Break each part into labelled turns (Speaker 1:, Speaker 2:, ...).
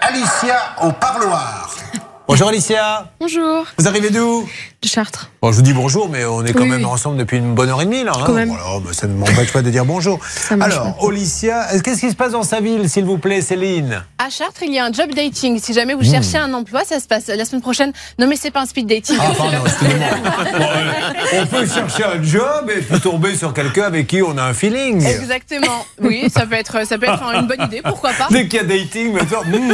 Speaker 1: Alicia au parloir.
Speaker 2: Bonjour Alicia,
Speaker 3: Bonjour,
Speaker 2: vous arrivez d'où
Speaker 3: de Chartres.
Speaker 2: Bon, je vous dis bonjour, mais on est quand
Speaker 3: Oui,
Speaker 2: même
Speaker 3: oui.
Speaker 2: ensemble depuis une bonne heure et demie là. hein.
Speaker 3: Quand même.
Speaker 2: Bon, alors, mais ça ne m'empêche pas de dire bonjour.
Speaker 3: Ça marche
Speaker 2: Alors, Alicia, est-ce- qu'est-ce qui se passe dans sa ville, s'il vous plaît, Céline
Speaker 4: À Chartres, il y a un job dating. Si jamais
Speaker 2: Hmm.
Speaker 4: vous cherchez un emploi, ça se passe la semaine prochaine. Non, mais c'est pas un speed dating.
Speaker 2: Ah, pardon, excusez-moi. Bon, euh, on peut chercher un job et puis tomber sur quelqu'un avec qui on a un feeling.
Speaker 4: Exactement. Oui, ça peut être, ça peut être une bonne idée. Pourquoi pas
Speaker 2: Dès qu'il y a dating, maintenant, hmm.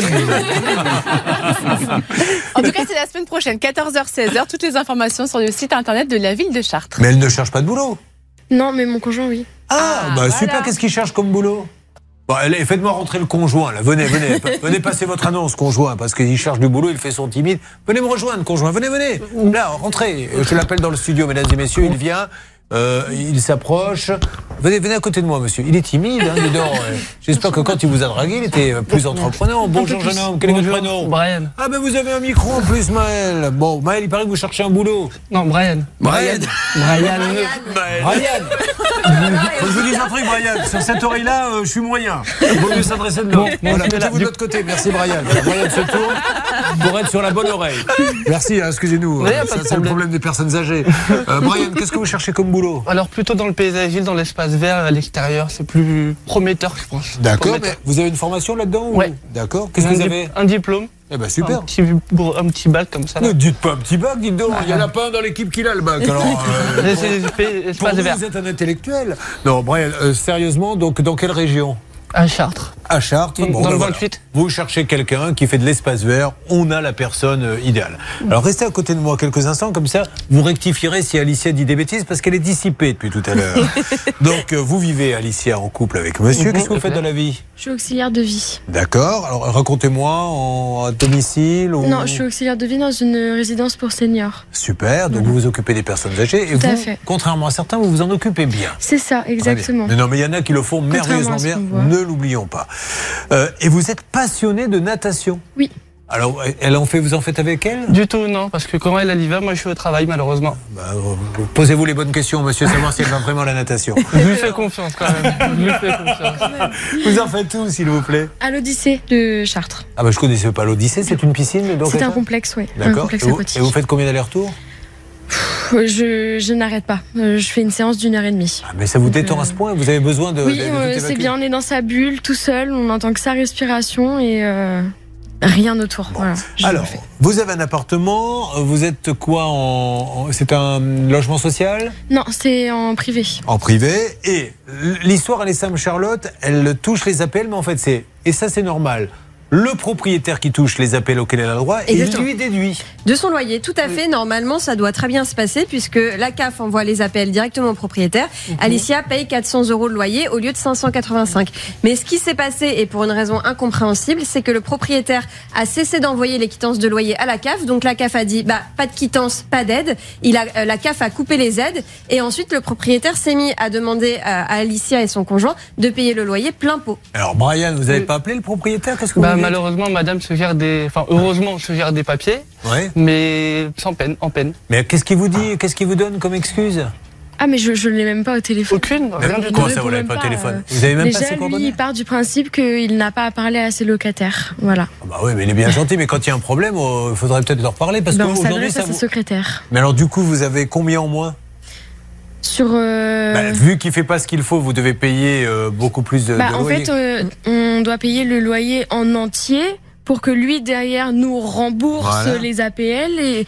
Speaker 4: En tout cas, c'est la semaine prochaine, 14h, 16h. Toutes les informations sur le site internet de la ville de Chartres.
Speaker 2: mais elle ne cherche pas de boulot.
Speaker 3: Non, mais mon conjoint, oui.
Speaker 2: Ah,
Speaker 4: Ah,
Speaker 2: bah
Speaker 4: voilà.
Speaker 2: super, qu'est-ce qu'il cherche comme boulot Bon, allez, faites-moi rentrer le conjoint, là. Venez, venez, venez passer votre annonce, conjoint, parce qu'il cherche du boulot, il fait son timide. Venez me rejoindre, conjoint, venez, venez. Là, rentrez. Je l'appelle dans le studio, mesdames et messieurs, il vient, euh, il s'approche. Venez, venez à côté de moi, monsieur. Il est timide, hein, dis donc. Euh, J'espère que quand il vous a dragué, il était euh, plus entreprenant. Bonjour, jeune homme, quel est votre prénom
Speaker 5: Brian.
Speaker 2: Ah, ben vous avez un micro en plus, Maël. Bon, Maël, il paraît que vous cherchez un boulot.
Speaker 5: Non, Brian.
Speaker 2: Brian.
Speaker 5: Brian.
Speaker 2: Brian Faut que je vous dise un truc, Brian. Sur cette oreille-là, euh, je suis moyen. Il vaut mieux s'adresser de l'autre.
Speaker 5: bon,
Speaker 2: Voilà,
Speaker 5: tu es là.
Speaker 2: mettez-vous de l'autre côté. Merci, Brian. Voilà, Brian se tourne pour être sur la bonne oreille. Merci, hein, excusez-nous.
Speaker 5: Ouais,
Speaker 2: Euh,
Speaker 5: pas
Speaker 2: ça, C'est
Speaker 5: de
Speaker 2: le
Speaker 5: problème.
Speaker 2: problème des personnes âgées. Euh, Brian, qu'est-ce que vous cherchez comme boulot
Speaker 5: Alors plutôt dans le paysagiste, dans l'espace vert, à l'extérieur, c'est plus prometteur, je pense.
Speaker 2: D'accord, mais
Speaker 5: Prometteur.
Speaker 2: vous avez une formation là-dedans ou-
Speaker 5: Ouais.
Speaker 2: D'accord. Qu'est-ce que
Speaker 5: un,
Speaker 2: vous
Speaker 5: di-
Speaker 2: avez
Speaker 5: un diplôme,
Speaker 2: Eh ben super.
Speaker 5: Un, petit, gros- un petit bac comme ça.
Speaker 2: Ne
Speaker 5: là.
Speaker 2: dites pas un petit bac, dites donc. Il y en a pas un dans l'équipe qui l'a, le bac. Alors, euh,
Speaker 5: Là, c'est l'espace
Speaker 2: pour vous,
Speaker 5: vert.
Speaker 2: vous êtes un intellectuel. Non, Brian, euh, sérieusement, donc dans quelle région
Speaker 5: À Chartres.
Speaker 2: à Chartres. ben
Speaker 5: Dans le 28.
Speaker 2: Vous cherchez quelqu'un qui fait de l'espace vert, on a la personne euh, idéale.
Speaker 3: Hmm.
Speaker 2: Alors restez à côté de moi quelques instants, comme ça vous rectifierez si Alicia dit des bêtises parce qu'elle est dissipée depuis tout à l'heure. Donc euh, vous vivez Alicia en couple avec monsieur,
Speaker 5: Mhm.
Speaker 2: qu'est-ce que vous faites dans la vie
Speaker 3: Je suis auxiliaire de vie.
Speaker 2: D'accord, alors racontez-moi en à domicile ou...
Speaker 3: Non, je suis auxiliaire de vie dans une résidence pour seniors.
Speaker 2: Super, donc vous vous occupez des personnes âgées et
Speaker 3: Tout à
Speaker 2: vous,
Speaker 3: fait.
Speaker 2: contrairement à certains, vous vous en occupez bien.
Speaker 3: C'est ça,
Speaker 2: Très bien.
Speaker 3: exactement.
Speaker 2: Mais non, mais il y en a qui le font merveilleusement
Speaker 3: à ce
Speaker 2: bien,
Speaker 3: qu'on voit.
Speaker 2: ne l'oublions pas. Euh, et vous êtes passionné de natation
Speaker 3: Oui.
Speaker 2: Alors, elle en fait, vous en faites avec elle
Speaker 5: Du tout, non, parce que quand elle, elle y va, moi je suis au travail malheureusement.
Speaker 2: Bah, euh, Posez-vous les bonnes questions, monsieur, savoir si elle va vraiment la natation.
Speaker 5: Je lui fais confiance quand même. Je lui fais confiance.
Speaker 2: Vous en faites tout, s'il vous plaît
Speaker 3: À l'Odyssée de Chartres.
Speaker 2: Ah, bah, je connaissais pas l'Odyssée, c'est une piscine donc,
Speaker 3: C'est un
Speaker 2: ça
Speaker 3: complexe, oui. Un
Speaker 2: D'accord. Et,
Speaker 3: complexe
Speaker 2: vous-
Speaker 3: aquatique.
Speaker 2: et vous faites combien d'allers-retours
Speaker 3: Pff, Je, je n'arrête pas. Euh, Je fais une séance d'une heure et demie.
Speaker 2: Ah, Mais ça vous détend à ce point, vous avez besoin de.
Speaker 3: Euh, Oui,
Speaker 2: de- de tout
Speaker 3: euh, c'est
Speaker 2: évacuer.
Speaker 3: bien, on est dans sa bulle, tout seul, on n'entend que sa respiration et euh, rien autour. Voilà, je le
Speaker 2: Alors,
Speaker 3: fais.
Speaker 2: vous avez un appartement, euh, vous êtes quoi en. en- C'est un logement social
Speaker 3: Non, c'est en privé.
Speaker 2: en privé. Et l'histoire, elle est simple, Charlotte. Elle touche les appels, mais en fait, c'est. Et ça, c'est normal. Le propriétaire qui touche les appels auxquels elle a le droit, il
Speaker 6: Exactement.
Speaker 2: lui déduit.
Speaker 6: De son loyer, tout à fait. Normalement, ça doit très bien se passer puisque la CAF envoie les appels directement au propriétaire. Alicia paye 400 euros de loyer au lieu de 585. Mais ce qui s'est passé, et pour une raison incompréhensible, c'est que le propriétaire a cessé d'envoyer les quittances de loyer à la CAF. Donc la CAF a dit, bah, pas de quittance, pas d'aide. Il a, euh, la CAF a coupé les aides. Et ensuite, le propriétaire s'est mis à demander à, à Alicia et son conjoint de payer le loyer plein pot.
Speaker 2: Alors, Brian, vous n'avez pas appelé le propriétaire Qu'est-ce que
Speaker 5: Bah,
Speaker 2: vous dites
Speaker 5: malheureusement, madame se gère des. Enfin, heureusement, se gère des papiers,
Speaker 2: Ouais.
Speaker 5: mais sans peine, en peine.
Speaker 2: Mais qu'est-ce qu'il vous dit Qu'est-ce qu'il vous donne comme excuse
Speaker 3: Ah, mais je ne l'ai même pas au téléphone.
Speaker 5: Aucune, rien du tout.
Speaker 2: Comment
Speaker 3: ne
Speaker 2: ça, vous
Speaker 3: répond
Speaker 2: l'avez
Speaker 3: même
Speaker 2: pas au
Speaker 3: pas,
Speaker 2: téléphone
Speaker 3: euh,
Speaker 2: Vous avez même pas
Speaker 3: Déjà,
Speaker 2: ses
Speaker 3: lui,
Speaker 2: coordonnées
Speaker 3: il part du principe qu'il n'a pas à parler à ses locataires. Voilà.
Speaker 2: Ah Bah oui, mais il est bien gentil, mais quand il y a un problème, oh, il faudrait peut-être leur parler parce
Speaker 3: Ben, on
Speaker 2: qu'aujourd'hui,
Speaker 3: s'adresse
Speaker 2: ça
Speaker 3: à ses
Speaker 2: vous...
Speaker 3: secrétaires.
Speaker 2: Mais alors, du coup, vous avez combien en moins
Speaker 3: Sur. euh,
Speaker 2: Bah, Vu qu'il fait pas ce qu'il faut, vous devez payer euh, beaucoup plus de.
Speaker 3: bah,
Speaker 2: de
Speaker 3: en
Speaker 2: loyer.
Speaker 3: fait, euh, on doit payer le loyer en entier pour que lui, derrière, nous rembourse
Speaker 2: Voilà.
Speaker 3: les APL. Et...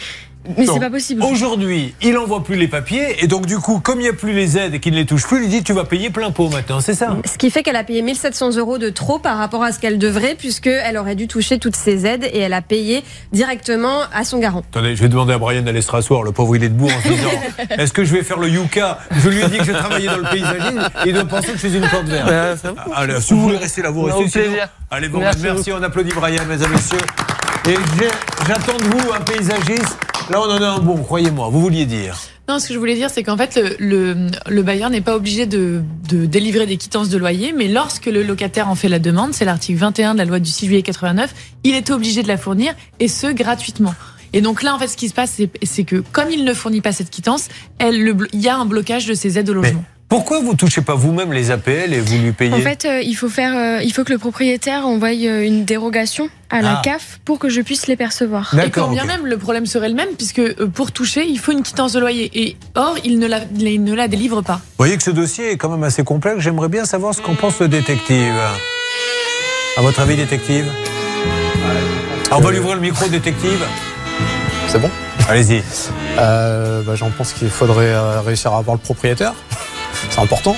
Speaker 3: Mais
Speaker 2: Non.
Speaker 3: c'est pas possible.
Speaker 2: Aujourd'hui, il envoie plus les papiers et donc du coup, comme il n'y a plus les aides et qu'il ne les touche plus, il dit tu vas payer plein pot maintenant, c'est ça
Speaker 6: Ce qui fait qu'elle a payé 1700 euros de trop par rapport à ce qu'elle devrait, puisqu'elle aurait dû toucher toutes ses aides et elle a payé directement à son garant.
Speaker 2: Attendez, je vais demander à Brian d'aller se rasseoir, le pauvre il est debout en se disant est-ce que je vais faire le yuka Je lui ai dit que je travaillais dans le paysagisme et il doit penser que je suis une plante verte.
Speaker 5: Bah, ça va.
Speaker 2: Allez, si vous voulez rester là, vous
Speaker 5: Non,
Speaker 2: restez.
Speaker 5: au
Speaker 2: sinon-
Speaker 5: plaisir.
Speaker 2: Allez, bon, merci,
Speaker 5: Merci
Speaker 2: on applaudit Brian, mesdames et messieurs. Et j'ai- j'attends de vous un paysagiste. Là, on en a un bon, croyez-moi, vous vouliez dire.
Speaker 7: Non, ce que je voulais dire, c'est qu'en fait, le, le, le bailleur n'est pas obligé de, de délivrer des quittances de loyer, mais lorsque le locataire en fait la demande, c'est l'article 21 de la loi du 6 juillet 89, il est obligé de la fournir, et ce, gratuitement. Et donc là, en fait, ce qui se passe, c'est- c'est que comme il ne fournit pas cette quittance, elle, le blo- il y a un blocage de ses aides au logement.
Speaker 2: Pourquoi vous touchez pas vous-même les APL et vous lui payez
Speaker 3: En fait, euh, il faut faire, euh, il faut que le propriétaire envoie euh, une dérogation à la
Speaker 2: Ah.
Speaker 3: CAF pour que je puisse les percevoir.
Speaker 7: Et quand
Speaker 2: D'accord.
Speaker 7: bien
Speaker 2: ok.
Speaker 7: même, le problème serait le même, puisque euh, pour toucher, il faut une quittance de loyer. Et or, il ne la, il ne la délivre pas.
Speaker 2: Vous voyez que ce dossier est quand même assez complexe. J'aimerais bien savoir ce qu'en pense le détective. À votre avis, détective Ah, On va lui ouvrir le micro, détective.
Speaker 8: C'est bon
Speaker 2: Allez-y.
Speaker 8: Euh, bah, J'en pense qu'il faudrait euh, réussir à avoir le propriétaire. C'est important.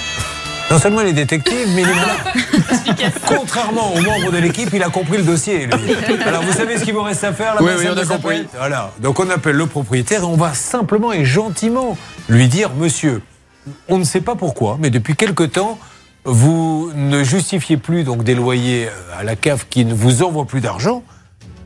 Speaker 2: Non seulement il est détective, mais il est malin. Contrairement aux membres de l'équipe, il a compris le dossier. lui. Alors vous savez ce qu'il vous reste à faire la
Speaker 8: Oui,
Speaker 2: personne
Speaker 8: oui, on a
Speaker 2: de sa
Speaker 8: compris.
Speaker 2: tête Voilà. Donc on appelle le propriétaire et on va simplement et gentiment lui dire, monsieur, on ne sait pas pourquoi, mais depuis quelque temps, vous ne justifiez plus donc des loyers euh, à la CAF qui ne vous envoie plus d'argent.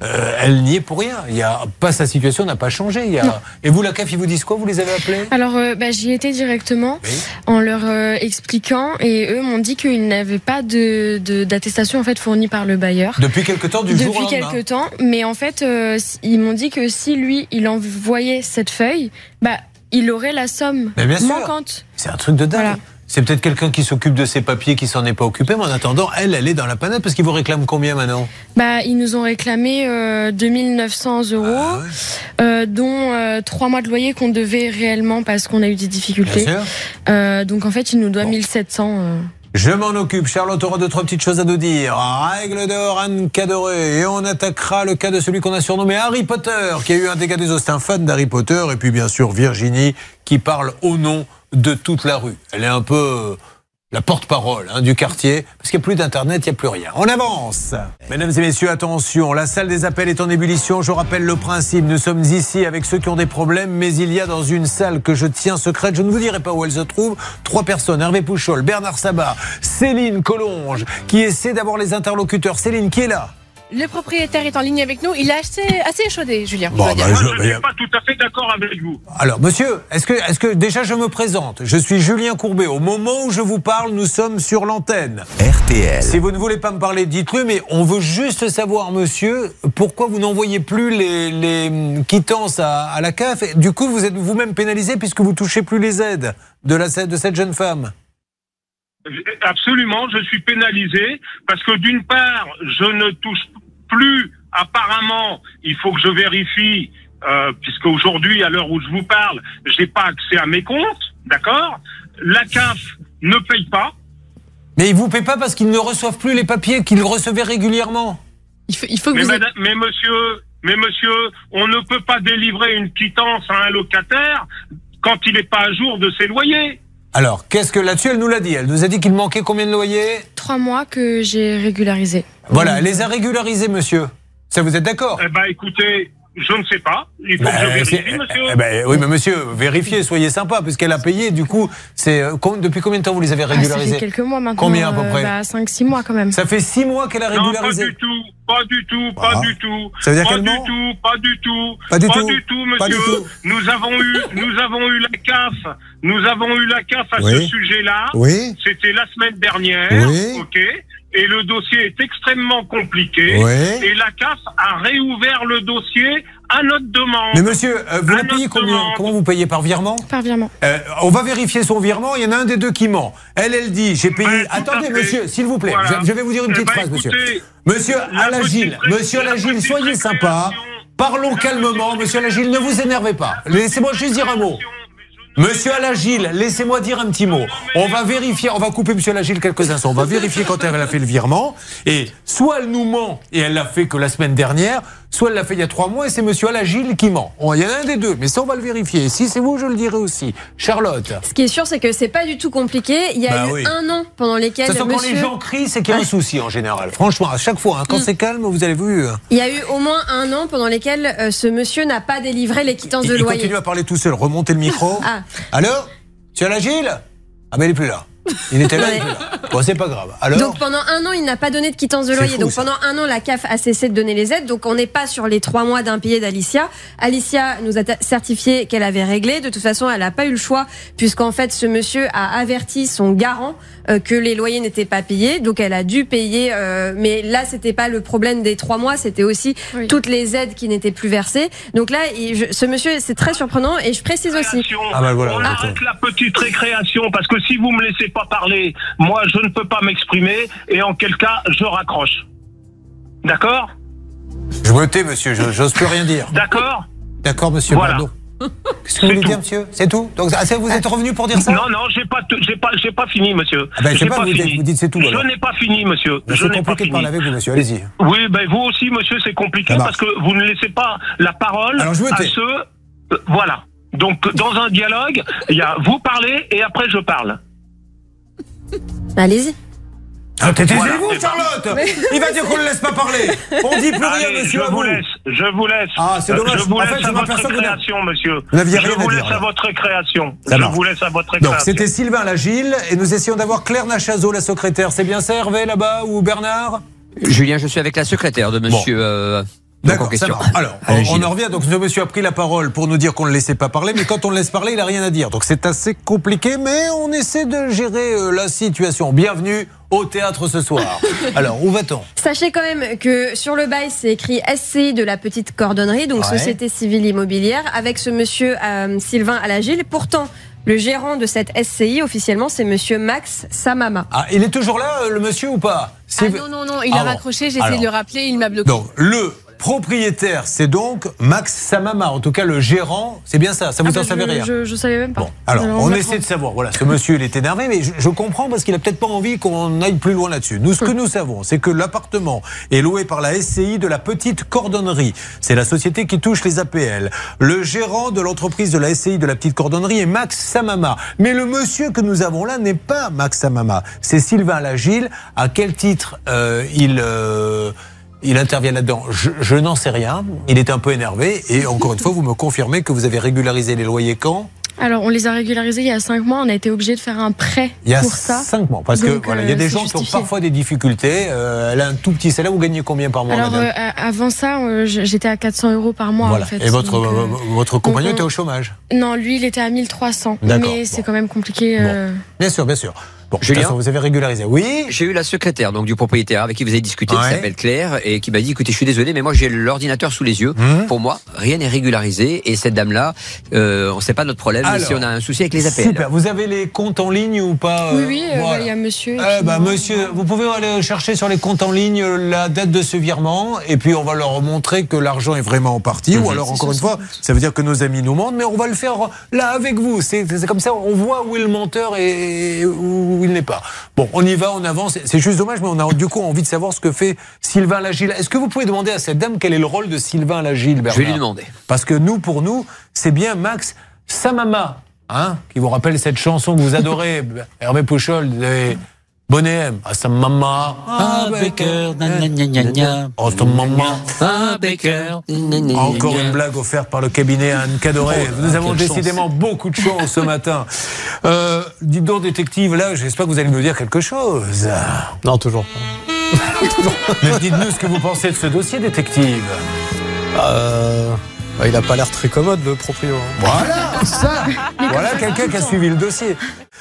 Speaker 2: Euh, elle n'y est pour rien. Il y a pas sa situation n'a pas changé. Il y a... Et vous la CAF, ils vous disent quoi Vous les avez appelés
Speaker 3: Alors, euh, bah, j'y étais directement
Speaker 2: Oui.
Speaker 3: en leur euh, expliquant et eux m'ont dit qu'ils n'avaient pas de de- d'attestation en fait fournie par le bailleur.
Speaker 2: Depuis quelque temps, du jour au
Speaker 3: Depuis
Speaker 2: lendemain.
Speaker 3: quelque temps, mais en fait, euh, s- ils m'ont dit que si lui, il envoyait cette feuille, bah, il aurait la somme
Speaker 2: Mais bien sûr.
Speaker 3: manquante.
Speaker 2: C'est un truc de dingue.
Speaker 3: Voilà.
Speaker 2: C'est peut-être quelqu'un qui s'occupe de ses papiers, qui s'en est pas occupé, mais en attendant, elle, elle est dans la panade parce qu'ils vous réclament combien maintenant
Speaker 3: Bah, ils nous ont réclamé euh, 2900 euros,
Speaker 2: Ah ouais,
Speaker 3: euh, dont euh, trois mois de loyer qu'on devait réellement parce qu'on a eu des difficultés.
Speaker 2: Bien sûr.
Speaker 3: Euh, donc en fait, il nous doit
Speaker 2: Bon.
Speaker 3: 1700. euh.
Speaker 2: Je m'en occupe. Charlotte aura deux, trois petites choses à nous dire. Règle de Oran Cadoré. Et on attaquera le cas de celui qu'on a surnommé Harry Potter, qui a eu un dégât des eaux. C'est un fan d'Harry Potter. Et puis, bien sûr, Virginie, qui parle au nom de toute la rue. Elle est un peu euh, la porte-parole hein, du quartier. Parce qu'il n'y a plus d'Internet, il n'y a plus rien. On avance. Mesdames et messieurs, attention. La salle des appels est en ébullition. Je rappelle le principe. Nous sommes ici avec ceux qui ont des problèmes, mais il y a dans une salle que je tiens secrète, je ne vous dirai pas où elle se trouve, trois personnes, Hervé Pouchol, Bernard Sabat, Céline Collonge, qui essaie d'avoir les interlocuteurs. Céline, qui est là
Speaker 4: Le propriétaire est en ligne avec nous. Il a assez, assez échaudé, Julien. Ah,
Speaker 2: Bon,
Speaker 4: je dois dire.
Speaker 2: bah,
Speaker 9: Moi,
Speaker 2: je-
Speaker 9: je ne suis pas tout à fait d'accord avec vous.
Speaker 2: Alors, monsieur, est-ce que, est que déjà je me présente Je suis Julien Courbet. Au moment où je vous parle, nous sommes sur l'antenne.
Speaker 10: RTL.
Speaker 2: Si vous ne voulez pas me parler, dites-le, mais on veut juste savoir, monsieur, pourquoi vous n'envoyez plus les, les, hum, quittances à, à la CAF Et Du coup, vous êtes vous-même pénalisé puisque vous touchez plus les aides de, la, de cette jeune femme.
Speaker 9: Absolument, je suis pénalisé parce que d'une part, je ne touche plus, apparemment, il faut que je vérifie, euh, puisque aujourd'hui, à l'heure où je vous parle, j'ai pas accès à mes comptes, d'accord La CAF ne paye pas.
Speaker 2: Mais ils vous paient pas parce qu'ils ne reçoivent plus les papiers qu'ils recevaient régulièrement.
Speaker 7: Il faut, il faut que
Speaker 9: Mais,
Speaker 7: vous.
Speaker 9: madame- mais monsieur, mais monsieur, on ne peut pas délivrer une quittance à un locataire quand il n'est pas à jour de ses loyers.
Speaker 2: Alors, qu'est-ce que là-dessus, elle nous l'a dit Elle nous a dit qu'il manquait combien de loyers
Speaker 3: Trois mois que j'ai régularisé.
Speaker 2: Voilà, elle les a régularisés, monsieur. Ça, vous êtes d'accord
Speaker 9: Eh ben, écoutez, je ne sais pas. Il faut
Speaker 2: Bah,
Speaker 9: que je
Speaker 2: c'est-
Speaker 9: vérifie, monsieur.
Speaker 2: eh ben, oui, mais monsieur, vérifiez, soyez sympa, puisqu'elle a payé. Du coup, c'est euh, com- depuis combien de temps vous les avez
Speaker 3: Ah, ça fait
Speaker 2: régularisés
Speaker 3: quelques mois maintenant.
Speaker 2: Combien, à peu
Speaker 3: euh,
Speaker 2: près
Speaker 3: bah, 5-6 mois quand même.
Speaker 2: Ça fait six mois qu'elle a
Speaker 9: Non, pas du
Speaker 2: régularisé.
Speaker 9: tout, pas du tout, pas
Speaker 2: Ah.
Speaker 9: du tout.
Speaker 2: Ça veut dire
Speaker 9: pas
Speaker 2: qu'elle
Speaker 9: du
Speaker 2: ment
Speaker 9: tout, pas du tout,
Speaker 2: Pas du tout,
Speaker 9: monsieur.
Speaker 2: pas du tout.
Speaker 9: Nous avons eu, nous avons eu la CAF, nous avons eu la CAF à
Speaker 1: Oui.
Speaker 9: ce sujet-là.
Speaker 1: Oui,
Speaker 9: C'était la semaine dernière,
Speaker 1: Oui.
Speaker 9: ok. Et le dossier est extrêmement compliqué.
Speaker 1: oui.
Speaker 9: Et la CAF a réouvert le dossier à notre demande.
Speaker 2: Mais monsieur, euh, vous
Speaker 9: À
Speaker 2: la payez
Speaker 9: notre
Speaker 2: combien
Speaker 9: demande.
Speaker 2: Comment vous payez par virement
Speaker 3: Par virement.
Speaker 2: Euh, On va vérifier son virement. Il y en a un des deux qui ment. Elle, elle dit j'ai payé.
Speaker 9: Ben, tout à
Speaker 2: Attendez,
Speaker 9: fait.
Speaker 2: monsieur, s'il vous plaît.
Speaker 9: Voilà.
Speaker 2: Je, je vais vous dire une
Speaker 9: Eh
Speaker 2: petite
Speaker 9: ben,
Speaker 2: phrase, monsieur.
Speaker 9: écoutez,
Speaker 2: Monsieur
Speaker 9: la
Speaker 2: Alagil,
Speaker 9: petite-
Speaker 2: monsieur
Speaker 9: la
Speaker 2: Alagil,
Speaker 9: petite
Speaker 2: soyez sympa.
Speaker 9: récréation.
Speaker 2: Parlons
Speaker 9: La
Speaker 2: calmement,
Speaker 9: petite
Speaker 2: monsieur Alagil, ne vous énervez pas. Laissez-moi juste dire un mot. Monsieur Alagil, laissez-moi dire un petit mot. On va vérifier, on va couper Monsieur Alagil quelques instants. On va vérifier quand elle a fait le virement. Et soit elle nous ment et elle l'a fait que la semaine dernière, soit elle l'a fait il y a trois mois et c'est Monsieur Alagil qui ment. On- Il y en a un des deux, mais ça on va le vérifier. Si c'est vous, je le dirai aussi. Charlotte.
Speaker 6: Ce qui est sûr, c'est que c'est pas du tout compliqué. Il y a
Speaker 2: Bah
Speaker 6: eu
Speaker 2: oui.
Speaker 6: un an pendant lesquels
Speaker 2: De toute façon, quand les
Speaker 6: monsieur-
Speaker 2: gens crient, c'est qu'il y a un souci en général. Franchement, à chaque fois, hein, quand c'est calme, vous avez vu. hein.
Speaker 6: il y a eu au moins un an pendant lesquels euh, ce monsieur n'a pas délivré les quittances
Speaker 2: Il,
Speaker 6: de
Speaker 2: il
Speaker 6: loyer.
Speaker 2: continue à parler tout seul. Remontez le micro.
Speaker 6: Ah.
Speaker 2: Alors Monsieur Alagil Ah ben il est plus là. Il était là, il est plus là. Bon, c'est pas grave. Alors
Speaker 6: Donc pendant un an, il n'a pas donné de quittance de
Speaker 2: C'est
Speaker 6: loyer.
Speaker 2: fou,
Speaker 6: donc
Speaker 2: ça.
Speaker 6: pendant un an, la CAF a cessé de donner les aides. Donc on n'est pas sur les trois mois d'impayé d'Alicia. Alicia nous a ta- certifié qu'elle avait réglé. De toute façon, elle n'a pas eu le choix puisqu'en fait, ce monsieur a averti son garant euh, que les loyers n'étaient pas payés, donc elle a dû payer. euh, mais là, c'était pas le problème des trois mois, c'était aussi
Speaker 3: Oui.
Speaker 6: toutes les aides qui n'étaient plus versées. Donc là, il- je- ce monsieur, c'est très surprenant et je précise aussi.
Speaker 9: Récréation.
Speaker 2: Ah, bah, voilà,
Speaker 9: on
Speaker 2: d'accord.
Speaker 9: arrête la petite récréation parce que si vous me laissez pas parler, moi je ne peux pas m'exprimer et en quel cas je raccroche. D'accord
Speaker 2: Je me tais, monsieur, je- j'ose plus rien dire.
Speaker 9: D'accord
Speaker 2: D'accord, monsieur
Speaker 9: Voilà.
Speaker 2: Bardot. Qu'est-ce que vous
Speaker 9: C'est
Speaker 2: voulez
Speaker 9: tout.
Speaker 2: dire, monsieur C'est tout Donc, ah, c'est- Vous êtes revenu pour dire ça
Speaker 9: Non, non, j'ai pas, tout- j'ai pas, j'ai pas fini, monsieur.
Speaker 2: Ah ben, je sais
Speaker 9: J'ai
Speaker 2: pas, vous dites- vous dites c'est tout, alors.
Speaker 9: Je n'ai pas fini, monsieur.
Speaker 2: Ben,
Speaker 9: je
Speaker 2: C'est
Speaker 9: n'ai pas
Speaker 2: compliqué de
Speaker 9: fini.
Speaker 2: parler avec vous, monsieur. Allez-y.
Speaker 9: Oui, ben vous aussi, monsieur, c'est compliqué
Speaker 2: Ça marche.
Speaker 9: parce que vous ne laissez pas la parole
Speaker 2: Alors, je me
Speaker 9: à
Speaker 2: tais.
Speaker 9: ceux. euh, Voilà. Donc dans un dialogue, il y a vous parlez et après je parle.
Speaker 6: Allez-y.
Speaker 2: Ah, t'es-
Speaker 9: Voilà.
Speaker 2: taisez-vous, Charlotte Il va dire qu'on ne le laisse pas parler. On dit plus rien,
Speaker 9: Allez,
Speaker 2: monsieur. à
Speaker 9: je vous laisse, je vous laisse.
Speaker 2: Ah, c'est
Speaker 9: Euh,
Speaker 2: dommage.
Speaker 9: Je vous
Speaker 2: En
Speaker 9: laisse
Speaker 2: fait, je
Speaker 9: à votre
Speaker 2: m'aperçois que vous n'avez-
Speaker 9: création, monsieur.
Speaker 2: Vous n'aviez
Speaker 9: je
Speaker 2: rien à
Speaker 9: vous
Speaker 2: dire,
Speaker 9: laisse à
Speaker 2: alors.
Speaker 9: votre création.
Speaker 2: Ça
Speaker 9: Je
Speaker 2: marche.
Speaker 9: vous laisse à votre
Speaker 2: Donc,
Speaker 9: création.
Speaker 2: c'était Sylvain Lagile et nous essayons d'avoir Claire Nachazot, la secrétaire. C'est bien ça, Hervé, là-bas, ou Bernard
Speaker 10: Julien, je suis avec la secrétaire de monsieur. euh, donc en
Speaker 2: ça
Speaker 10: question.
Speaker 2: marche. Alors, on-
Speaker 10: Allez,
Speaker 2: on,
Speaker 10: Gilles.
Speaker 2: en revient. Donc, ce monsieur a pris la parole pour nous dire qu'on ne le laissait pas parler, mais quand on le laisse parler, il n'a rien à dire. Donc, c'est assez compliqué, mais on essaie de gérer euh, la situation. Bienvenue au théâtre ce soir. Alors, où va-t-on
Speaker 6: Sachez quand même que sur le bail, c'est écrit SCI de la petite cordonnerie, donc
Speaker 2: Ouais.
Speaker 6: Société Civile Immobilière, avec ce monsieur euh, Sylvain Alagil. Pourtant, le gérant de cette SCI, officiellement, c'est monsieur Max Samama.
Speaker 2: Ah, il est toujours là, euh, le monsieur, ou pas
Speaker 4: Ah
Speaker 2: C'est-
Speaker 4: non, non, non, il
Speaker 2: Ah
Speaker 4: a
Speaker 2: bon.
Speaker 4: raccroché, j'ai essayé
Speaker 2: Alors.
Speaker 4: de le rappeler, il m'a bloqué.
Speaker 2: Donc, le propriétaire, c'est donc Max Samama. En tout cas, le gérant, c'est bien ça. Ça vous
Speaker 3: Ah bah,
Speaker 2: en
Speaker 3: je,
Speaker 2: savez rien.
Speaker 3: je, je savais même pas.
Speaker 2: Bon, alors,
Speaker 3: Alors, on
Speaker 2: on
Speaker 3: apprend.
Speaker 2: essaie de savoir. Voilà, ce monsieur, il est énervé, mais je, je comprends parce qu'il a peut-être pas envie qu'on aille plus loin là-dessus. Nous, ce que nous savons, c'est que l'appartement est loué par la SCI de la Petite Cordonnerie. C'est la société qui touche les APL. Le gérant de l'entreprise de la SCI de la Petite Cordonnerie est Max Samama. Mais le monsieur que nous avons là n'est pas Max Samama. C'est Sylvain Lagile. À quel titre euh, il... euh, il intervient là-dedans. Je, je n'en sais rien. Il est un peu énervé. Et encore une fois, vous me confirmez que vous avez régularisé les loyers quand
Speaker 3: Alors, on les a régularisés il y a 5 mois. On a été obligé de faire un prêt
Speaker 2: il y a
Speaker 3: pour ça.
Speaker 2: cinq mois. Parce
Speaker 3: Donc,
Speaker 2: que voilà, il y a
Speaker 3: euh,
Speaker 2: des
Speaker 3: c'est
Speaker 2: gens qui
Speaker 3: justifié.
Speaker 2: ont parfois des difficultés. Euh, elle a un tout petit salaire. Vous gagnez combien par mois,
Speaker 3: Alors,
Speaker 2: madame
Speaker 3: euh, à- avant ça, euh, j- j'étais à 400 euros par mois,
Speaker 2: Voilà.
Speaker 3: en fait.
Speaker 2: Et votre,
Speaker 3: Donc, euh,
Speaker 2: euh, votre compagnon
Speaker 3: on-
Speaker 2: était au chômage.
Speaker 3: Non, lui, il était à 1300. Mais
Speaker 2: D'accord,
Speaker 3: c'est
Speaker 2: bon.
Speaker 3: quand même compliqué.
Speaker 2: Bon.
Speaker 3: euh,
Speaker 2: Bien sûr, bien sûr. Bon, de toute
Speaker 10: Julien
Speaker 2: façon, vous avez régularisé. Oui
Speaker 10: J'ai eu la secrétaire donc du propriétaire avec qui vous avez discuté,
Speaker 2: Ouais.
Speaker 10: qui s'appelle Claire, et qui m'a dit écoutez, je suis désolé, mais moi j'ai l'ordinateur sous les yeux.
Speaker 2: Hmm.
Speaker 10: Pour moi, rien n'est régularisé, et cette dame-là, euh, on sait pas notre problème
Speaker 2: Alors,
Speaker 10: si on a un souci avec les appels.
Speaker 2: Super. Vous avez les comptes en ligne ou pas
Speaker 3: Oui,
Speaker 2: euh,
Speaker 3: oui, euh,
Speaker 2: voilà.
Speaker 3: il y a monsieur. et
Speaker 2: Eh
Speaker 3: puis
Speaker 2: ben,
Speaker 3: moi.
Speaker 2: monsieur, vous pouvez aller chercher sur les comptes en ligne euh, la date de ce virement et puis on va leur montrer que l'argent est vraiment en partie.
Speaker 10: Mhm.
Speaker 2: Ou alors, encore une fois, ça veut dire que nos amis nous mentent, mais on va le faire là avec vous. C'est c'est comme ça, on voit où est le menteur et où il n'est pas. Bon, on y va, on avance. C'est juste dommage, mais on a du coup envie de savoir ce que fait Sylvain Lagile. Est-ce que vous pouvez demander à cette dame quel est le rôle de Sylvain Lagile, Bernard
Speaker 10: Je vais lui demander.
Speaker 2: parce que nous, pour nous, c'est bien Max Samama, hein, qui vous rappelle cette chanson que vous adorez, Hervé Pouchol, des Bonnet M. Ah, Samama. Ah, Baker. Oh, Samama. Ah, Encore une blague offerte par le cabinet à Anne Cadoré. Nous avons décidément beaucoup de chance ce matin. Euh, dites donc, détective, là, j'espère que vous allez nous dire quelque chose.
Speaker 8: Non, toujours.
Speaker 2: Mais dites-nous ce que vous pensez de ce dossier, détective.
Speaker 8: Euh, bah, il a pas l'air très commode, le proprio. hein.
Speaker 2: Voilà, ça Voilà quelqu'un qui a suivi le dossier.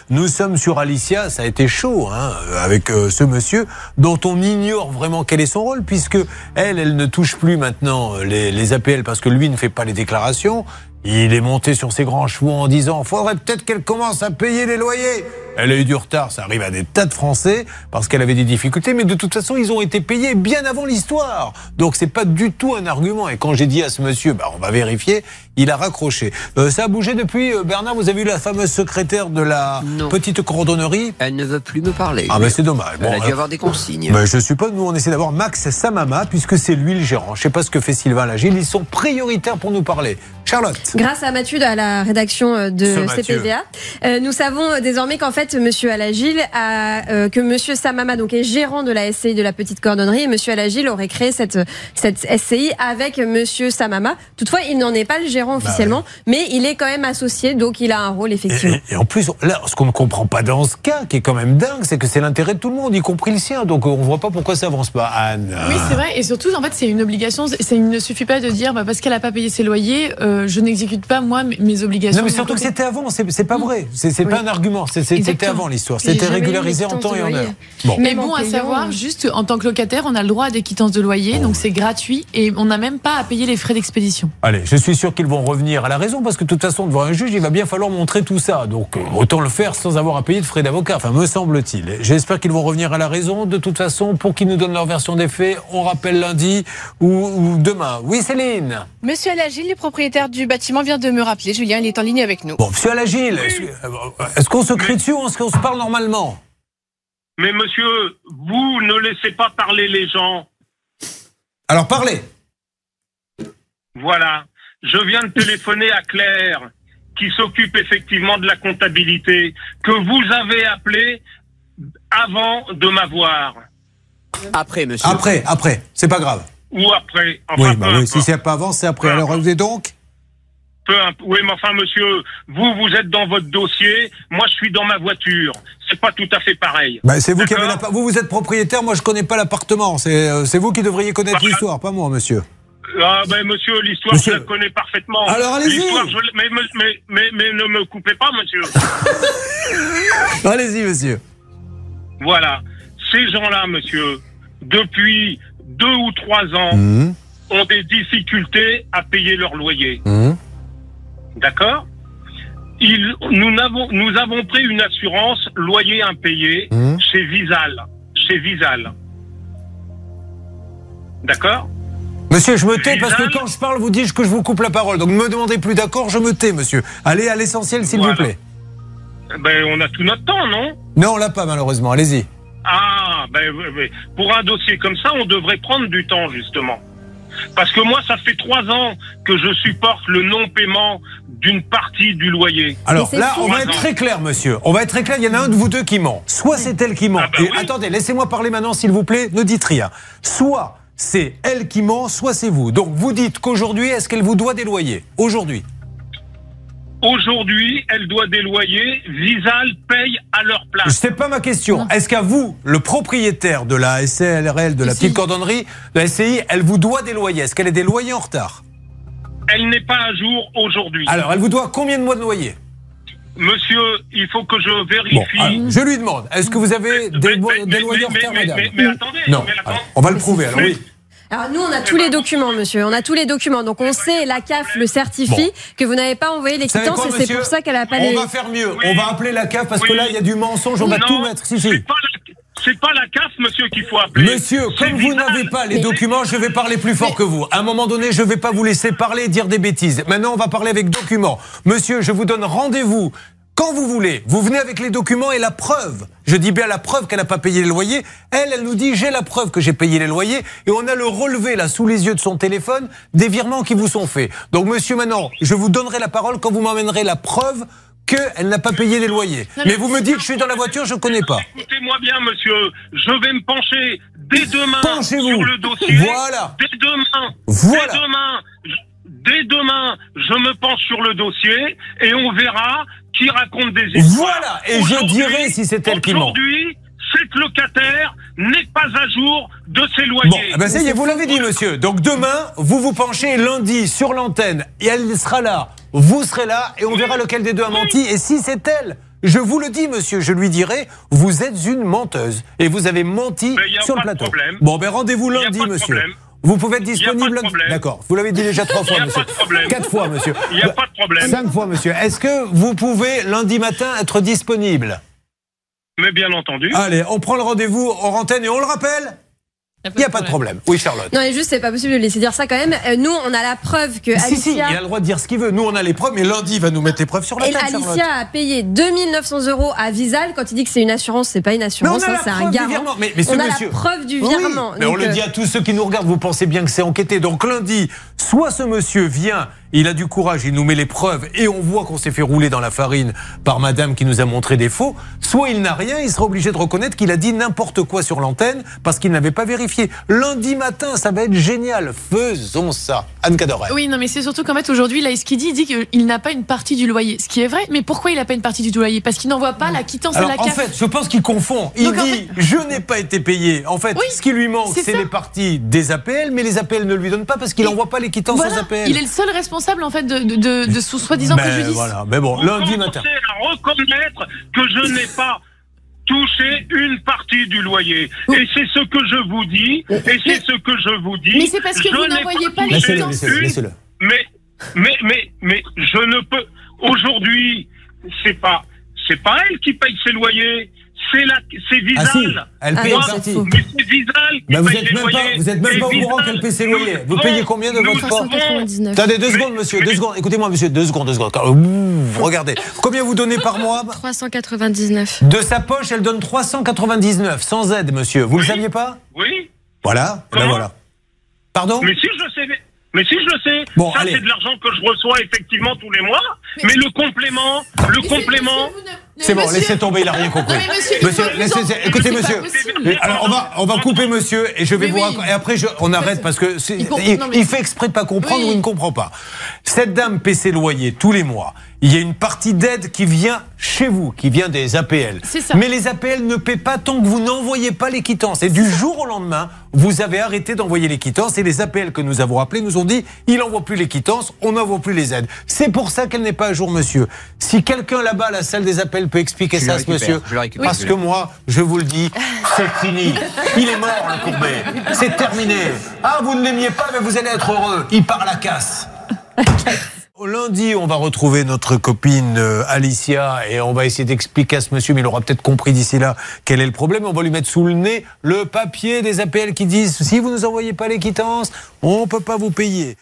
Speaker 2: Nous sommes sur Alicia, ça a été chaud hein, avec euh, ce monsieur dont on ignore vraiment quel est son rôle puisque elle, elle ne touche plus maintenant euh, les, les APL parce que lui ne fait pas les déclarations. Il est monté sur ses grands chevaux en disant faudrait peut-être qu'elle commence à payer les loyers. Elle a eu du retard, ça arrive à des tas de Français parce qu'elle avait des difficultés, mais de toute façon ils ont été payés bien avant l'histoire. Donc c'est pas du tout un argument. Et quand j'ai dit à ce monsieur, bah, on va vérifier, il a raccroché. Euh, ça a bougé depuis. euh, Bernard, vous avez eu la fameuse secrétaire de la
Speaker 10: Non.
Speaker 2: petite cordonnerie.
Speaker 10: Elle ne veut plus me parler.
Speaker 2: Ah mais c'est dommage.
Speaker 10: Elle
Speaker 2: Bon,
Speaker 10: a dû
Speaker 2: euh,
Speaker 10: avoir des consignes.
Speaker 2: ben, je suppose, nous, on essaie d'avoir Max Samama, puisque c'est lui le gérant. Je sais pas ce que fait Sylvain Lagile. Ils sont prioritaires pour nous parler. Charlotte.
Speaker 6: Grâce à Mathieu à la rédaction euh,
Speaker 2: Ce
Speaker 6: de
Speaker 2: Mathieu.
Speaker 6: CPVA, euh, nous savons euh, désormais qu'en fait Monsieur Alagil a euh, que Monsieur Samama donc est gérant de la SCI de la petite cordonnerie et Monsieur Alagil aurait créé cette cette SCI avec Monsieur Samama. Toutefois, il n'en est pas le gérant
Speaker 2: Bah
Speaker 6: officiellement, mais il est quand même associé, donc il a un rôle
Speaker 2: Et,
Speaker 6: effectivement.
Speaker 2: et- et en plus, là, ce qu'on ne comprend pas dans ce cas, qui est quand même dingue, c'est que c'est l'intérêt de tout le monde, y compris le sien. Donc, on voit pas pourquoi ça avance pas, Anne.
Speaker 7: Oui, c'est vrai. Et surtout, en fait, c'est une obligation. C'est- Il ne suffit pas de dire, bah, parce qu'elle n'a pas payé ses loyers, euh, je n'exerce j'exécute pas moi mes- mes obligations.
Speaker 2: Non, mais
Speaker 7: de
Speaker 2: surtout
Speaker 7: mon
Speaker 2: que
Speaker 7: côté. Hmm.
Speaker 2: c'était avant, c'est c'est pas vrai. C'est c'est pas un argument. c'est- c'est- C'était
Speaker 7: Exactement.
Speaker 2: avant l'histoire.
Speaker 7: J'ai
Speaker 2: C'était
Speaker 7: jamais eu
Speaker 2: régularisé en
Speaker 7: les
Speaker 2: temps et en
Speaker 7: quittances de
Speaker 2: heure.
Speaker 7: loyer.
Speaker 2: Bon.
Speaker 7: Mais
Speaker 3: Même
Speaker 7: bon,
Speaker 3: en
Speaker 7: à
Speaker 3: payant,
Speaker 7: savoir,
Speaker 3: euh.
Speaker 7: juste en tant que locataire, on a le droit à des quittances de loyer, donc c'est gratuit et on n'a même pas à payer les frais d'expédition.
Speaker 2: Allez, je suis sûr qu'ils vont revenir à la raison parce que de toute façon, devant un juge, il va bien falloir montrer tout ça. Donc, euh, autant le faire sans avoir à payer de frais d'avocat. Enfin, me semble-t-il. J'espère qu'ils vont revenir à la raison. De toute façon, pour qu'ils nous donnent leur version des faits, on rappelle lundi ou, ou demain. Oui, Céline.
Speaker 4: Monsieur Alagil, le propriétaire du bâtiment, vient de me rappeler. Julien, il est en ligne avec nous.
Speaker 2: Bon, monsieur Alagil, est-ce que- euh, est-ce qu'on se crie dessus ou est-ce qu'on se parle normalement
Speaker 9: Mais monsieur, vous ne laissez pas parler les gens.
Speaker 2: Alors, parlez.
Speaker 9: Voilà. Je viens de téléphoner à Claire, qui s'occupe effectivement de la comptabilité, que vous avez appelé avant de m'avoir,
Speaker 10: Après, monsieur.
Speaker 2: Après, après. C'est pas grave.
Speaker 9: ou après. Enfin,
Speaker 2: Oui, bah
Speaker 9: peu
Speaker 2: oui. Si
Speaker 9: importe.
Speaker 2: c'est pas avant, c'est après. Alors, vous êtes donc
Speaker 9: Peu imp- Oui, mais enfin, monsieur, vous, vous êtes dans votre dossier, moi, je suis dans ma voiture. C'est pas tout à fait pareil.
Speaker 2: Bah, c'est vous qui avez
Speaker 9: D'accord.
Speaker 2: l'appart- Vous, vous êtes propriétaire, moi je connais pas l'appartement. C'est euh, c'est vous qui devriez connaître
Speaker 9: Bah,
Speaker 2: l'histoire, pas moi, monsieur.
Speaker 9: Ah ben monsieur, l'histoire
Speaker 2: Monsieur.
Speaker 9: je la connais parfaitement.
Speaker 2: Alors, allez-y.
Speaker 9: L'histoire, je l- mais, mais, mais, mais, mais ne me coupez pas monsieur.
Speaker 2: Allez-y, monsieur.
Speaker 9: voilà, ces gens-là monsieur, depuis deux ou trois ans,
Speaker 2: Mhm.
Speaker 9: ont des difficultés à payer leur loyer.
Speaker 2: Mhm.
Speaker 9: D'accord Ils, nous, n'avons- nous avons pris une assurance loyer impayé
Speaker 2: Mhm.
Speaker 9: chez Visal. Chez Visal. D'accord
Speaker 2: Monsieur, je me tais parce que
Speaker 9: Vidal.
Speaker 2: quand je parle, vous dites que je vous coupe la parole. Donc ne me demandez plus d'accord, je me tais, monsieur. Allez à l'essentiel, s'il
Speaker 9: Voilà.
Speaker 2: vous plaît.
Speaker 9: Ben on a tout notre temps, non
Speaker 2: Non, on l'a pas, malheureusement. Allez-y.
Speaker 9: Ah, ben, oui, oui. pour un dossier comme ça, on devrait prendre du temps, justement. Parce que moi, ça fait trois ans que je supporte le non-paiement d'une partie du loyer.
Speaker 2: Alors
Speaker 6: c'est
Speaker 2: là,
Speaker 6: fou.
Speaker 2: on va être très clair, monsieur. On va être très clair. Il y en a un de vous deux qui ment. Soit c'est elle qui ment.
Speaker 9: Ah bah
Speaker 2: Et
Speaker 9: oui.
Speaker 2: attendez, laissez-moi parler maintenant, s'il vous plaît. Ne dites rien. Soit c'est elle qui ment, soit c'est vous. Donc vous dites qu'aujourd'hui, est-ce qu'elle vous doit des loyers Aujourd'hui.
Speaker 9: Aujourd'hui, elle doit des loyers, Visal paye à leur place.
Speaker 2: C'est pas ma question. Est-ce qu'à vous, le propriétaire de la SCLRL, de la petite cordonnerie, de la SCI, elle vous doit des loyers Est-ce qu'elle est des loyers en retard
Speaker 9: Elle n'est pas à jour aujourd'hui.
Speaker 2: Alors, elle vous doit combien de mois de loyer
Speaker 9: Monsieur, il faut que je
Speaker 2: Bon,
Speaker 9: vérifie.
Speaker 2: alors, je lui demande. Est-ce que vous avez des, mo-
Speaker 9: mais-
Speaker 2: des loyers en
Speaker 9: mais-
Speaker 2: retard,
Speaker 9: mais-
Speaker 2: madame
Speaker 9: mais- mais attendez,
Speaker 2: Non.
Speaker 9: mais attendez.
Speaker 2: Alors, on va le prouver. Alors
Speaker 9: Mais-
Speaker 2: oui.
Speaker 6: Alors Ah, nous, on
Speaker 2: Eh
Speaker 6: a tous les
Speaker 2: ben,
Speaker 6: documents, monsieur. On a tous les documents. Donc on sait, la CAF le certifie
Speaker 2: Bon.
Speaker 6: que vous n'avez pas envoyé les
Speaker 2: Vous savez
Speaker 6: quittances
Speaker 2: quoi,
Speaker 6: et c'est
Speaker 2: monsieur
Speaker 6: pour ça qu'elle a pas
Speaker 2: On
Speaker 6: les...
Speaker 2: va faire mieux.
Speaker 9: Oui.
Speaker 2: On va appeler la CAF parce que
Speaker 9: Oui.
Speaker 2: là, il y a du mensonge. On va
Speaker 9: Non,
Speaker 2: tout mettre. Si,
Speaker 9: C'est
Speaker 2: si.
Speaker 9: pas, la- c'est pas la CAF, monsieur, qu'il faut appeler.
Speaker 2: Monsieur,
Speaker 9: C'est
Speaker 2: comme vous
Speaker 9: Visal.
Speaker 2: n'avez pas les documents, je vais parler plus fort que vous. À un moment donné, je ne vais pas vous laisser parler et dire des bêtises. Maintenant, on va parler avec documents. Monsieur, je vous donne rendez-vous. Quand vous voulez, vous venez avec les documents et la preuve. Je dis bien la preuve qu'elle n'a pas payé les loyers. Elle, elle nous dit j'ai la preuve que j'ai payé les loyers et on a le relevé là sous les yeux de son téléphone des virements qui vous sont faits. Donc monsieur, maintenant, je vous donnerai la parole quand vous m'emmènerez la preuve qu'elle n'a pas payé les loyers.
Speaker 7: Non, mais-
Speaker 2: mais vous me dites je suis dans la voiture, je ne connais pas.
Speaker 9: Écoutez-moi bien, monsieur. Je vais me pencher dès demain
Speaker 2: Penchez-vous.
Speaker 9: sur le dossier.
Speaker 2: Voilà.
Speaker 9: Dès demain.
Speaker 2: Voilà.
Speaker 9: Dès demain. je- Dès demain, je me penche sur le dossier et on verra qui raconte des histoires.
Speaker 2: Voilà. Et je
Speaker 9: Aujourd'hui-
Speaker 2: dirai si c'est elle qui ment.
Speaker 9: Aujourd'hui, cette locataire n'est pas à jour de ses
Speaker 2: Bon,
Speaker 9: loyers.
Speaker 2: eh ben ça y est, vous l'avez dit, monsieur. Donc demain, vous vous penchez lundi sur l'antenne et elle sera là, vous serez là et on verra lequel des deux a menti. Et si c'est elle, je vous le dis, monsieur, je lui dirai, vous êtes une menteuse et vous avez menti
Speaker 9: Ben, y a
Speaker 2: sur le
Speaker 9: pas de
Speaker 2: plateau.
Speaker 9: problème.
Speaker 2: Bon, ben rendez-vous
Speaker 9: Y a
Speaker 2: lundi,
Speaker 9: pas de
Speaker 2: monsieur.
Speaker 9: problème.
Speaker 2: Vous pouvez être
Speaker 9: Y a pas de
Speaker 2: disponible lundi.
Speaker 9: problème.
Speaker 2: D'accord, vous l'avez dit déjà trois fois,
Speaker 9: Y a
Speaker 2: monsieur.
Speaker 9: pas de problème.
Speaker 2: Quatre fois, monsieur.
Speaker 9: Il n'y a pas de problème.
Speaker 2: Cinq fois, monsieur. Est-ce que vous pouvez lundi matin être disponible
Speaker 9: Mais bien entendu.
Speaker 2: Allez, on prend le rendez-vous en antenne et on le rappelle Il n'y a pas de problème. Oui, Charlotte.
Speaker 6: Non, et juste, c'est pas possible de laisser dire ça quand même. Euh, nous, on a la preuve que
Speaker 2: Si, si, il
Speaker 6: Alicia...
Speaker 2: a le droit de dire ce qu'il veut. Nous, on a les preuves, mais lundi, il va nous mettre les preuves sur la
Speaker 6: Et
Speaker 2: table. Charlotte.
Speaker 6: Alicia a payé 2900 euros à Visal quand il dit que c'est une assurance, c'est pas une
Speaker 2: Mais on
Speaker 6: assurance,
Speaker 2: a la
Speaker 6: hein, c'est
Speaker 2: preuve
Speaker 6: un
Speaker 2: du
Speaker 6: garant.
Speaker 2: virement. Mais, mais ce
Speaker 6: on a
Speaker 2: monsieur.
Speaker 6: la preuve du
Speaker 2: Oui,
Speaker 6: virement.
Speaker 2: mais on
Speaker 6: Donc,
Speaker 2: le
Speaker 6: euh,
Speaker 2: dit à tous ceux qui nous regardent, vous pensez bien que c'est enquêté. Donc lundi, soit ce monsieur vient, il a du courage, il nous met les preuves et on voit qu'on s'est fait rouler dans la farine par madame qui nous a montré des faux, soit il n'a rien, il sera obligé de reconnaître qu'il a dit n'importe quoi sur l'antenne parce qu'il n'avait pas vérifié. Lundi matin, ça va être génial. Faisons ça. Anne Cadorel.
Speaker 7: Oui, non, mais c'est surtout qu'en fait, aujourd'hui, là, ce qu'il dit, il dit qu'il n'a pas une partie du loyer. Ce qui est vrai, mais pourquoi il n'a pas une partie du loyer Parce qu'il n'envoie pas la quittance
Speaker 2: Alors,
Speaker 7: à la
Speaker 2: en
Speaker 7: CAF.
Speaker 2: fait, je pense qu'il confond. Il
Speaker 7: Donc, en
Speaker 2: dit Je n'ai pas été payé. En fait,
Speaker 7: Oui,
Speaker 2: ce qui lui manque,
Speaker 7: c'est
Speaker 2: c'est
Speaker 7: ça.
Speaker 2: les parties des APL, mais les APL ne lui donnent pas parce qu'il
Speaker 7: Et
Speaker 2: n'envoie pas les quittances
Speaker 7: Voilà,
Speaker 2: aux APL.
Speaker 7: il est le seul responsable en fait de, de, de, de son soi-disant
Speaker 2: Mais
Speaker 7: préjudice.
Speaker 2: voilà. Mais bon, lundi matin.
Speaker 9: commencer à reconnaître que je n'ai pas touché une partie du loyer. Et c'est ce que je vous dis, et c'est ce que je vous dis.
Speaker 7: Mais c'est parce que
Speaker 9: Je
Speaker 7: vous
Speaker 9: n'ai
Speaker 7: n'envoyez pas les
Speaker 9: touché
Speaker 2: Laissez-le, laissez-le,
Speaker 9: une-
Speaker 2: laissez-le.
Speaker 9: Mais, mais, mais, mais, je ne peux. Aujourd'hui, c'est pas, c'est pas elle qui paye ses loyers. C'est la, c'est Vizal.
Speaker 2: Ah si, elle paye,
Speaker 9: Moi,
Speaker 2: c'est si.
Speaker 9: Mais c'est Vizal qui
Speaker 2: Bah, vous
Speaker 9: paye
Speaker 2: n'êtes même,
Speaker 9: les
Speaker 2: pas,
Speaker 9: loyers.
Speaker 2: vous êtes
Speaker 9: Et
Speaker 2: même pas au
Speaker 9: Vizal,
Speaker 2: courant qu'elle paie ses loyers. Vous
Speaker 9: nous
Speaker 2: payez combien de
Speaker 9: nous
Speaker 2: votre porte
Speaker 9: avons-
Speaker 3: 599.
Speaker 2: Attendez, deux secondes, monsieur, deux secondes. Écoutez-moi, monsieur, deux secondes, deux secondes. Ouh, regardez. Combien vous donnez par mois
Speaker 3: 399.
Speaker 2: De sa poche, elle donne 399, sans aide, monsieur. Vous le saviez pas
Speaker 9: Oui.
Speaker 2: Voilà, ben
Speaker 9: Comment
Speaker 2: voilà. Pardon
Speaker 9: Mais si je sais, mais si je le sais,
Speaker 2: Bon,
Speaker 9: ça
Speaker 2: allez.
Speaker 9: c'est de l'argent que je reçois effectivement tous les mois. Mais, le complément, le complément.
Speaker 2: C'est bon, laissez tomber, il a rien compris.
Speaker 7: Non, mais monsieur, vous
Speaker 2: laissez-
Speaker 7: en-
Speaker 2: écoutez,
Speaker 7: mais c'est
Speaker 2: monsieur.
Speaker 7: pas possible.
Speaker 2: Mais Alors on va on va couper monsieur et je vais
Speaker 7: Mais
Speaker 2: vous
Speaker 7: oui.
Speaker 2: raconter. Et après je- on arrête parce que c'est- il,
Speaker 7: Il comprend- non, mais-
Speaker 2: il fait exprès de pas comprendre
Speaker 7: Oui.
Speaker 2: ou il ne comprend pas. Cette dame paie ses loyers tous les mois. Il y a une partie d'aide qui vient chez vous, qui vient des APL.
Speaker 7: C'est ça.
Speaker 2: Mais les APL ne paient pas tant que vous n'envoyez pas les quittances. Et du jour au lendemain, vous avez arrêté d'envoyer les quittances et les APL que nous avons appelés nous ont dit il n'envoie plus les quittances, on n'envoie plus les aides. C'est pour ça qu'elle n'est pas à jour, monsieur. Si quelqu'un là-bas à la salle des appels peut expliquer
Speaker 10: Je
Speaker 2: ça
Speaker 10: la
Speaker 2: à ce
Speaker 10: récupère,
Speaker 2: monsieur,
Speaker 10: je la récupère,
Speaker 2: parce
Speaker 10: je
Speaker 2: que
Speaker 10: la-
Speaker 2: moi, je vous le dis, c'est fini. Il est mort, le courbet. C'est terminé. Ah, vous ne l'aimiez pas, mais vous allez être heureux. Il part à la casse. Au Lundi, on va retrouver notre copine euh, Alicia et on va essayer d'expliquer à ce monsieur, mais il aura peut-être compris d'ici là quel est le problème. On va lui mettre sous le nez le papier des APL qui disent si vous ne nous envoyez pas les quittances, on ne peut pas vous payer.